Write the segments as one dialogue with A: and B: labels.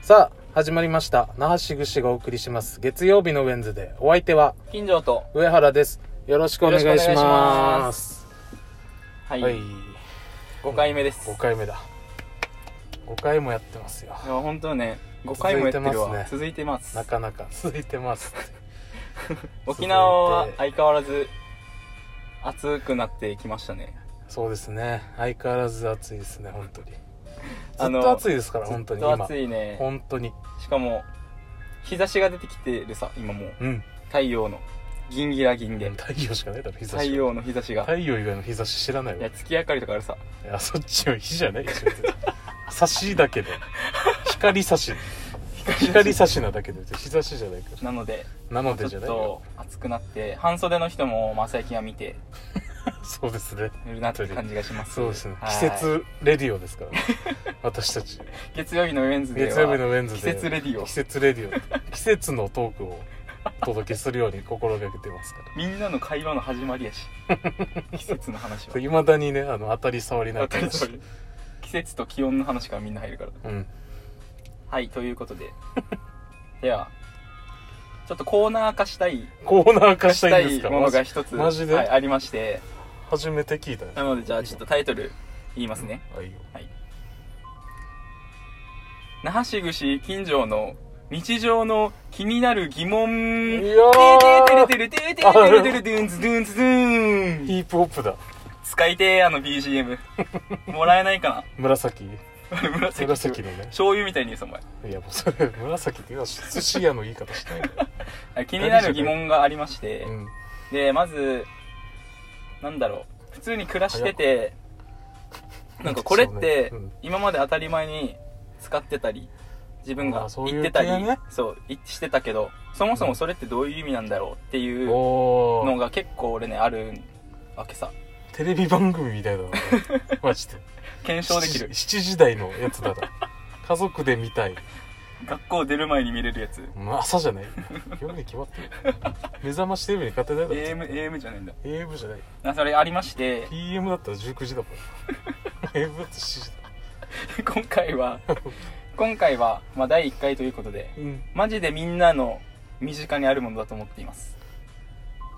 A: さあ、始まりました。那覇しぐしがお送りします。月曜日のウェンズで、お相手は
B: 金城と
A: 上原です。よろしくお願いします。
B: よろしくお願いしますはい、
A: はい、
B: 5回目です
A: 5回目だ。5回もやってますよ。
B: いや本当ね5回もやってるわ続
A: 続
B: いてます,、
A: なかなか続いてます。
B: 沖縄は
A: 続いて
B: 相変わらず暑くなってきましたね
A: そうですね。相変わらず暑いですね、本当に。ず
B: あの
A: っと暑いですから、本当に
B: ずっ
A: 今
B: と。暑いね
A: 本当に。
B: しかも日差しが出てきてるさ今もう
A: うん。
B: 太陽のギンギラギンで
A: 太陽しかないだろ、日差しは。
B: 太陽の日差しが
A: 太陽以外の日差し知らない
B: い
A: わ
B: や。月明かりとかあるさ
A: いや、そっちの日じゃないでしょ。別に差しだけ で。光差し。光差しなだけで、別に日差しじゃないから。
B: なので
A: なの
B: ち
A: でじ
B: ょ
A: ゃ
B: っ
A: ないよ。
B: と暑くなって半袖の人も、まあ、最近は見て
A: そうですね。
B: るなって感じがします
A: そうですね。
B: はい
A: 季節レディオです から、ね、私たち。
B: 月曜日のウェンズデーは
A: 月曜日のウェンズで。
B: 季節レディオ
A: 季節レディオ。季節のトークをお届けするように心がけてますから。
B: みんなの会話の始まりやし季節の話はい
A: まだにね、あの、当たり障りない
B: 当たり
A: 感
B: 前
A: じ。
B: 季節と気温の話からみんな入るから
A: うん。
B: はいということでではちょっとコーナー化したい
A: コーナー化したいんですか
B: もの
A: マジ
B: が一つ
A: マジで
B: はい、ありまして
A: 初めて聞いたね。
B: なのでじゃあちょっとタイトル言いますね
A: あいいよ
B: 「那覇市串近所の日常の気になる疑問」
A: いやー
B: てれてれてれてれてれてれてれドゥンズドゥンズドゥン
A: ヒープホップだ。
B: 使いてーあの BGM もらえないか
A: 紫。
B: な紫
A: 紫のね。
B: 醤油みたいに言うさお前
A: いやもうそれ紫っていうのは寿司屋の言い方してないから、
B: はい気になる疑問がありまして、
A: うん、
B: でまずなんだろう普通に暮らしててなんかこれっ
A: そうね
B: て
A: うん
B: 今まで当たり前に使ってたり自分
A: あ
B: が
A: ーそういう
B: 言ってた
A: 系
B: り
A: ね
B: そう言してたけどそもそもそれってどういう意味なんだろうっていう
A: お
B: の
A: お
B: が結構俺ねあるわけさ
A: テレビ番組みた いだなマジで
B: 検証できる
A: 7, 時台のやつだな家族で見たい、
B: 学校出る前に見れるやつ
A: まあ朝じゃない夜に決まってる目覚ましテレビに勝てないだろ
B: AM, AM じゃないんだ
A: AM じゃない
B: なそれありまし て
A: PM だったら19時だも ん AM だったら7時だ
B: 今回は今回は、まあ、第1回ということで
A: うん
B: マジでみんなの身近にあるものだと思っています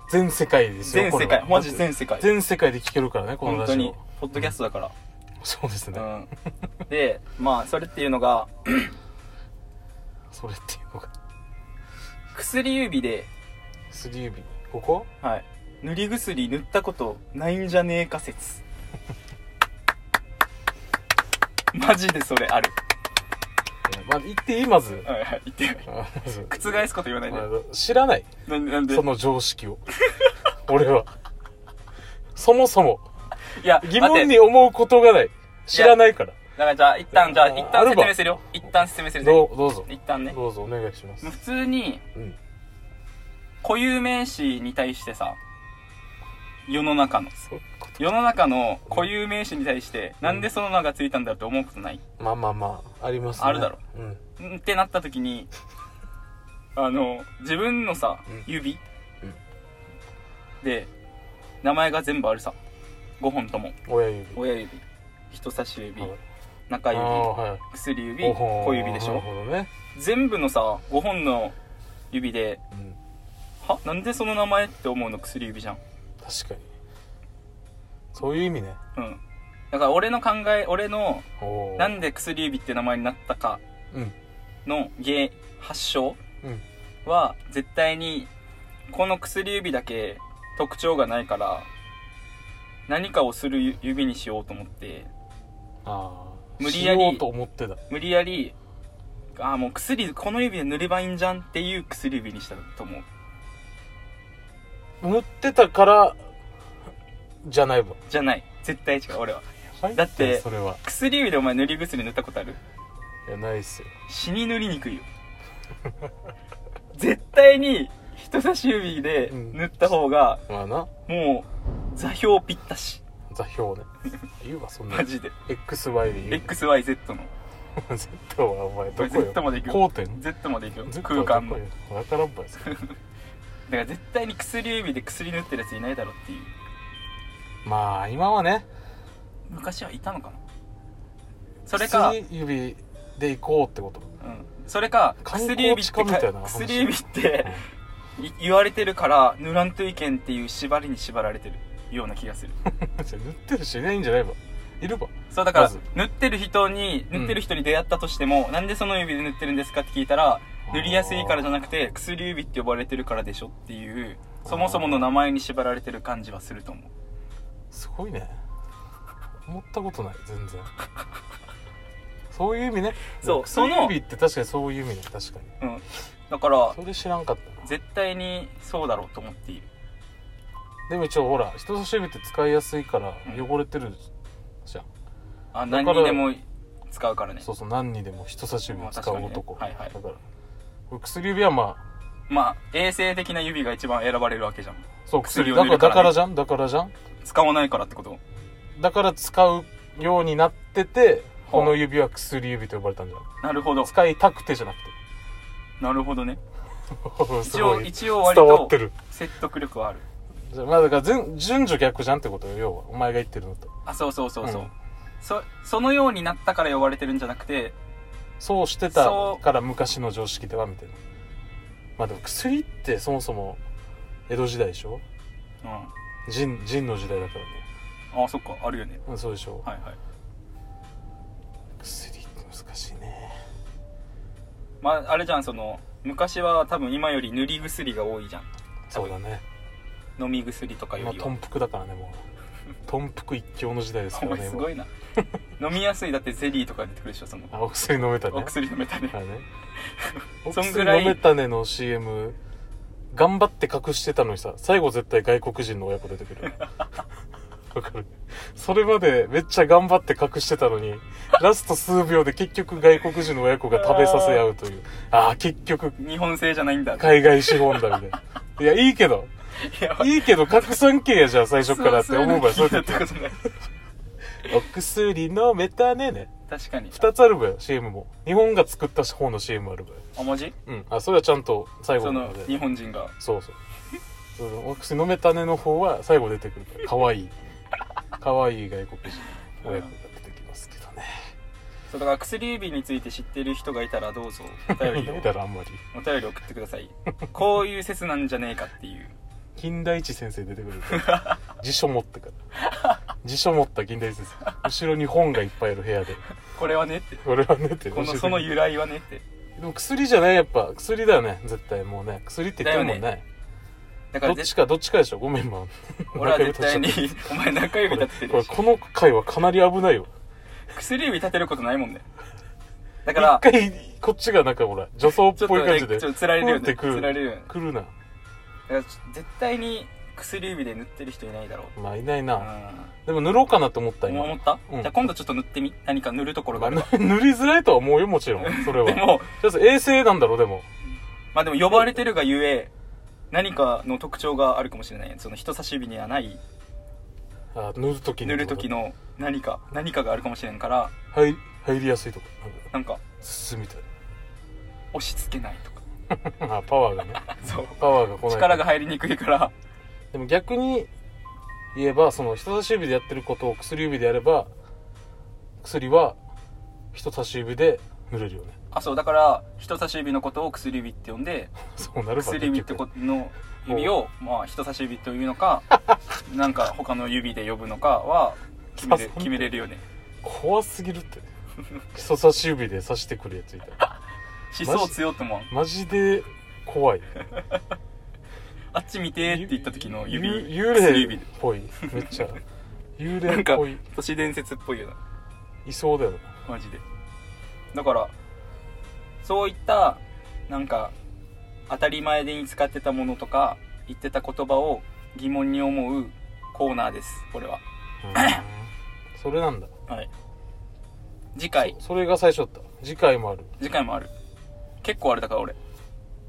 A: 全世界ですよ
B: 全
A: これ
B: 世
A: は
B: 界マジ全世界
A: 全世界で聞けるからねこの
B: 本
A: ラ
B: 当
A: ジ
B: に
A: オ
B: ポッドキャストだから、
A: そうですね、
B: うん、でまあそれっていうのが
A: それっていうのが
B: 薬指で、
A: 薬指ここ
B: はい、塗り薬塗ったことないんじゃねえか 説マジでそれある、
A: いやまあ言っていいま ず
B: はいはい、言ってない
A: あまず
B: 覆すこと言わないで
A: あの知らない
B: なんでなんで
A: その常識を 俺はそもそも
B: いや
A: 疑
B: 待っ
A: 問
B: て
A: に思うことがない知らないから
B: だからじゃあ一旦じゃあ
A: あー
B: 一
A: あ
B: 旦
A: るわ
B: 説明するよ一旦説明するね
A: どうどうぞ
B: 一旦ねも
A: どうぞお願いします
B: う普通に
A: うん
B: 固有名詞に対してさ世の中の
A: そういうこ
B: 世の中の固有名詞に対して、なんでその名がついたんだろうって思うことない
A: とまあまあまあありますね
B: あるだろ
A: うん
B: んってなった時にあの自分のさ
A: うん
B: 指、
A: うん
B: で名前が全部あるさ5本とも
A: 親指
B: 親指人差し指
A: はい
B: 中指
A: ああはい
B: 薬指
A: おほー
B: 小指でし
A: なる
B: ょ
A: ほどね
B: 全部のさ5本の指で
A: うん
B: はなんでその名前って思うの薬指じゃん
A: 確かにそういう意味ね
B: うんだから俺の考え俺の
A: おお
B: なんで薬指って名前になったか
A: うん
B: の原因発症
A: うん
B: は絶対にこの薬指だけ特徴がないから何かをする指にしようと思って
A: ああ
B: 無理やり
A: しようと思ってた
B: 無理やりああもう薬この指で塗ればいいんじゃんっていう薬指にしたと思う
A: 塗ってたからじゃないもん
B: じゃない絶対違う俺は
A: 入
B: だって
A: それは
B: 薬指でお前塗り薬塗ったことある
A: いやないっすよ
B: 死に塗りにくいよ絶対に人差し指で塗った方が
A: まあな
B: もう座標ぴったし
A: 座 標ね言うわそんな
B: マジで
A: XY で言う
B: XYZ の
A: Z はお前どこよ
B: Z まで行く
A: 交点
B: Z までいくよ
A: Z
B: 空間の
A: は
B: だ
A: ど
B: か
A: こよわからんばい それ
B: ら絶対に薬指で薬塗ってるやついないだろうっていう
A: まあ今はね
B: 昔はいたのかなそれか、うん、
A: 薬指で行こうってこと
B: それか
A: 観
B: 薬
A: 光
B: 指っ
A: 地
B: て
A: かみたいな
B: か
A: 話
B: 薬指ってい言われてるから塗らんといけんっていう縛りに縛られてるような気がする
A: じゃあ塗ってる人いないんじゃないばいるば
B: そうだから
A: まず
B: 塗ってる人に塗ってる人に出会ったとしても、なんでその指で塗ってるんですかって聞いたら塗りやすいからじゃなくて薬指って呼ばれてるからでしょっていうそもそもの名前に縛られてる感じはすると思う
A: すごいね思ったことない全然 そういう意味ね
B: そう
A: 薬
B: その
A: 指って確かにそういう意味ね確かに
B: うんだから
A: それ知らんかったな
B: 絶対にそうだろうと思っている
A: でも一応ほら人差し指って使いやすいから汚れてるじゃん、
B: あ
A: だ
B: 何
A: から
B: にでも使うからね
A: そうそう何にでも人差し指を使う男、
B: まあ確かにねはいはい
A: だからこれ薬指はまあ
B: まあ衛生的な指が一番選ばれるわけじゃん
A: そう薬
B: 薬
A: だか
B: を塗
A: ら
B: る
A: だか
B: かららね
A: じゃんだからじゃん
B: 使わないからってこと
A: だから使うようになってて
B: あ
A: この指は薬指と呼ばれたんじゃん
B: なるほど
A: 使いたくてじゃな
B: なるほどね
A: くてす
B: 一
A: ご
B: 応
A: い
B: 一応割
A: 伝わ
B: と
A: ってる
B: 説得力はある
A: じゃあまあだから順順序逆じゃんってことよ要はお前が言ってるのと
B: あそうそうそうそう、
A: うん
B: そそのようになったから呼ばれてるんじゃなくて
A: そうしてた
B: そう
A: から昔の常識ではみたいなまあでも薬ってそもそも江戸時代でしょ
B: うん
A: 人人の時代だからね
B: あそっかあるよね
A: うんそうでしょ、
B: はいはい
A: 薬って難しいね
B: まああれじゃんその昔は多分今より塗り薬が多いじゃん
A: そうだね
B: 飲み薬とかよ
A: 今
B: りは
A: 頓服だからねも う頓服一強の時代ですか
B: お
A: ら
B: 前
A: ね
B: すご いな飲みやすいだってゼリーとか出てくるでしょその
A: 今あお薬飲めたね
B: お薬飲めたね
A: はいねお
B: そ
A: 薬
B: んぐらい
A: 飲めたねの CM 頑張って隠してたのにさ最後絶対外国人の親子出てく るわかるそれまでめっちゃ頑張って隠してたのにラスト数秒で結局外国人の親子が食べさせ合うというああー結局
B: 日本製じゃないんだ
A: 海外資本だみたいないやいいけど
B: いや
A: いいけど拡散系やじゃあ最初からって
B: そう
A: 思うから
B: そ
A: そうう
B: いう
A: いう
B: の聞い
A: 時
B: たことない
A: お薬飲めたねね
B: 確かに
A: 二つあるわよ CM も日本が作った方の CM あるわよ
B: あ文字
A: うんあそれはちゃんと最後
B: そ
A: ま
B: の
A: で
B: 日本人が
A: そうそう。そのお薬飲めたねの方は最後出てくるから、可愛い可愛い外国人の親子が出てきますけどね。
B: そうだから薬指について知ってる人がいたらどうぞお便り
A: い
B: を
A: ないだろ、あんまり。
B: お便り送ってくださいこういう説なんじゃねえかっていう
A: 金田一先生出てくるから。辞書持ってから。辞書持った金田一先生。後ろに本がいっぱいある部屋で。
B: これは ねって
A: これはねって。
B: この
A: 後ろに
B: その由来はねって
A: でも薬じゃないやっぱ。薬だよね。絶対もうね。薬って言ってるもん
B: だ
A: ね。
B: だか
A: ど
B: ら
A: っち
B: 絶
A: か、どっちかでしょ。ごめん、今。
B: 俺は
A: 中指立っちゃ
B: 絶
A: った
B: 対にお前中指立てて
A: こ
B: る
A: れ、
B: し
A: この回はかなり危ないよ。
B: 薬指立てることないもんねだか
A: 一
B: ら
A: 回、こっちがなんかほら、女装っ
B: ちょっ
A: ぽい
B: と
A: 感
B: ね
A: じ
B: ちょ
A: で。
B: っとつられるよ
A: ふーって
B: ね
A: くる
B: つられるよね
A: 来るな。
B: だからちょ絶対に薬指で塗ってる人いないだろう
A: まあいない
B: うん
A: な。でも塗ろうかなと思った
B: 思
A: 今。
B: った、
A: うん
B: じゃあ今度ちょっと塗ってみ何か塗るところがある
A: まあ 塗りづらいとは思うよ、もちろ ん。それは。
B: でも
A: ちょっと衛生なんだろう、でも。
B: まあでも呼ばれてるがゆえ何かの特徴があるかもしれないその人差し指にはない
A: あ塗るときに。
B: 塗る時。の何か何かがあるかもしれんから
A: 入り、入りやすいとこ。なんか
B: なんか
A: 進みたい。
B: 押し付けないとか
A: あ、パワーがね。
B: そう
A: パワーが来ない。
B: 力が。入りにくいから
A: でも逆に言えば、その人差し指でやってることを薬指でやれば、薬は人差し指で塗れるよね。
B: あそうだから人差し指のことを薬指って呼んで
A: そうなるば
B: 薬指ってことの指をまあ人差し指というのかなんか他の指で呼ぶのかは決め
A: さす
B: れ
A: が
B: 決めれるよね
A: 怖すぎる って。人差し指で刺してくるやついたら。
B: 思想強っても
A: マジで怖い。
B: あっち見てって言った時の指
A: ゆ幽
B: 薬
A: 霊
B: 指
A: っぽいめっちゃ幽霊
B: な
A: っ
B: んか
A: ぽい
B: 都市伝説っぽいよない
A: そうだよな
B: マジでだからそういったなんか当たり前でに使ってたものとか言ってた言葉を疑問に思うコーナーですこれは
A: うんそれなんだ
B: はい次回
A: それが最初だった次回もある
B: 次回もある結構あれだから俺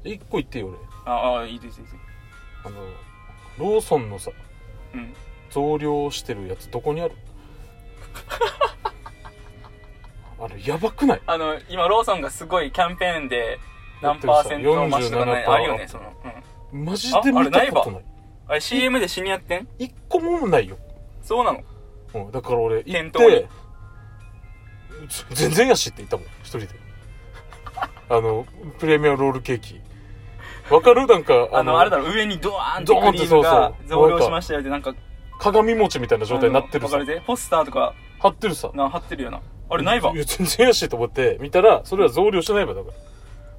A: 一個言ってよ俺
B: ああいいですいいです
A: あのローソンのさ
B: うん
A: 増量してるやつどこにある あれやばくない
B: あの今ローソンがすごいキャンペーンで
A: やっ
B: 何
A: てるさ
B: パーセント増しとかね
A: 47%
B: あるよねその、うん、
A: マジで見たことない
B: あれ CM で死にやってん
A: 一個もないよ、
B: そうなの
A: うん、だから俺行っ
B: 店頭に
A: て全然やしって言ったもん一人で あの、プレミアムロールケーキ。わかるなんか、
B: あの、あれだろ、上にドワーンと
A: ドーンっ
B: ク
A: て
B: リームが
A: そうそう
B: 増量しましたよって、なんか、
A: 鏡餅みたいな状態になってる
B: あの
A: さ
B: わ。かるぜ。ポスターとか、
A: 貼ってるさ。
B: な、貼ってるよな。あれ、ないわ
A: い。や、全然やしいと思って、見たら、それは増量してないわ、だか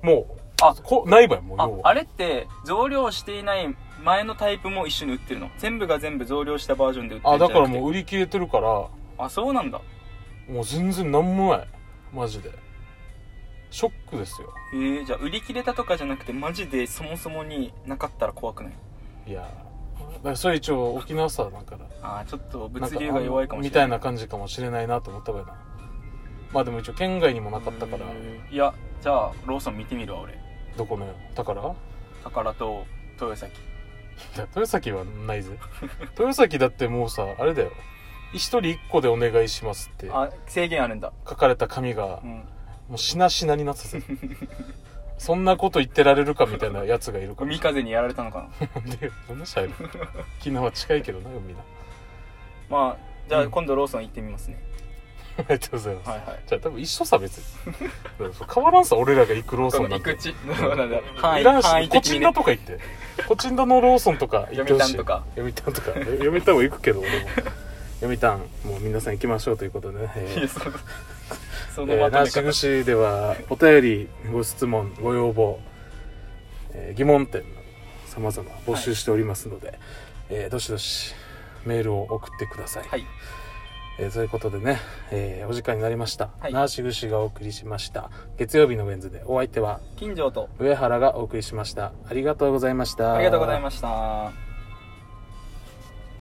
A: ら。もう、
B: あ
A: こないわよ、もう、
B: あ
A: 要、は。
B: あれって、増量していない前のタイプも一緒に売ってるの。全部が全部増量したバージョンで売ってる
A: あ、
B: んじゃ
A: だ
B: なく
A: か
B: て
A: らもう売り切れてるから、も
B: あ、そうなんだ。
A: う全然なんもない。マジで。ショックですよ。
B: えー、じゃあ売り切れたとかじゃなくて、マジでそもそもになかったら怖くない
A: いやーだからそれ一応沖縄さだから
B: あー、ちょっと
A: なん
B: 物流が弱いかもしれな
A: み
B: い。
A: たいな感じかもしれないなと思ったからなまあでも一応県外にもなかったから
B: いやじゃあローソン見てみるわ俺
A: どこのよ宝い
B: 宝と豊崎
A: や豊崎はないぜ 豊崎だってもうさあれだよ一人一個でお願いしますって
B: あ制限あるんだ
A: 書かれた紙が
B: うん
A: もうしなしなになってた ぜそんなこと言ってられるかみたいなやつがいるか
B: こ
A: ら
B: れ三風にやられたのか な
A: でどんなしゃべる 昨日は近いけどな海な
B: まあじゃあ
A: うん
B: 今度ローソン行ってみますね、
A: ありがとうございます、
B: はいはい
A: じゃあ多分一緒さ別にだから変わらんさ俺らが行くローソン
B: こ
A: な
B: の
A: ん
B: 行
A: て
B: く地なんだ
A: いらんし
B: 範囲
A: コ
B: 的
A: チ
B: に
A: ンダ
B: ね
A: とか行ってコチンダのローソンとか行ってほしい
B: 読谷とか
A: 読谷とかえ読谷も行くけど俺も読谷もう皆さん行きましょうということでね、え
B: いや
A: ー
B: そのそ
A: え
B: の
A: ー
B: ま
A: ナー
B: とめ
A: シン
B: 方、
A: グ市ではお便りご質問ご要望、えー疑問点さまざま募集しておりますので、えーどしどしメールを送ってください、
B: はい
A: えーということでね、えーお時間になりました、
B: はい
A: ナーシング市がお送りしました月曜日のメンズでお相手は
B: 近所と
A: 上原がお送りしましたありがとうございました
B: ありがとうございました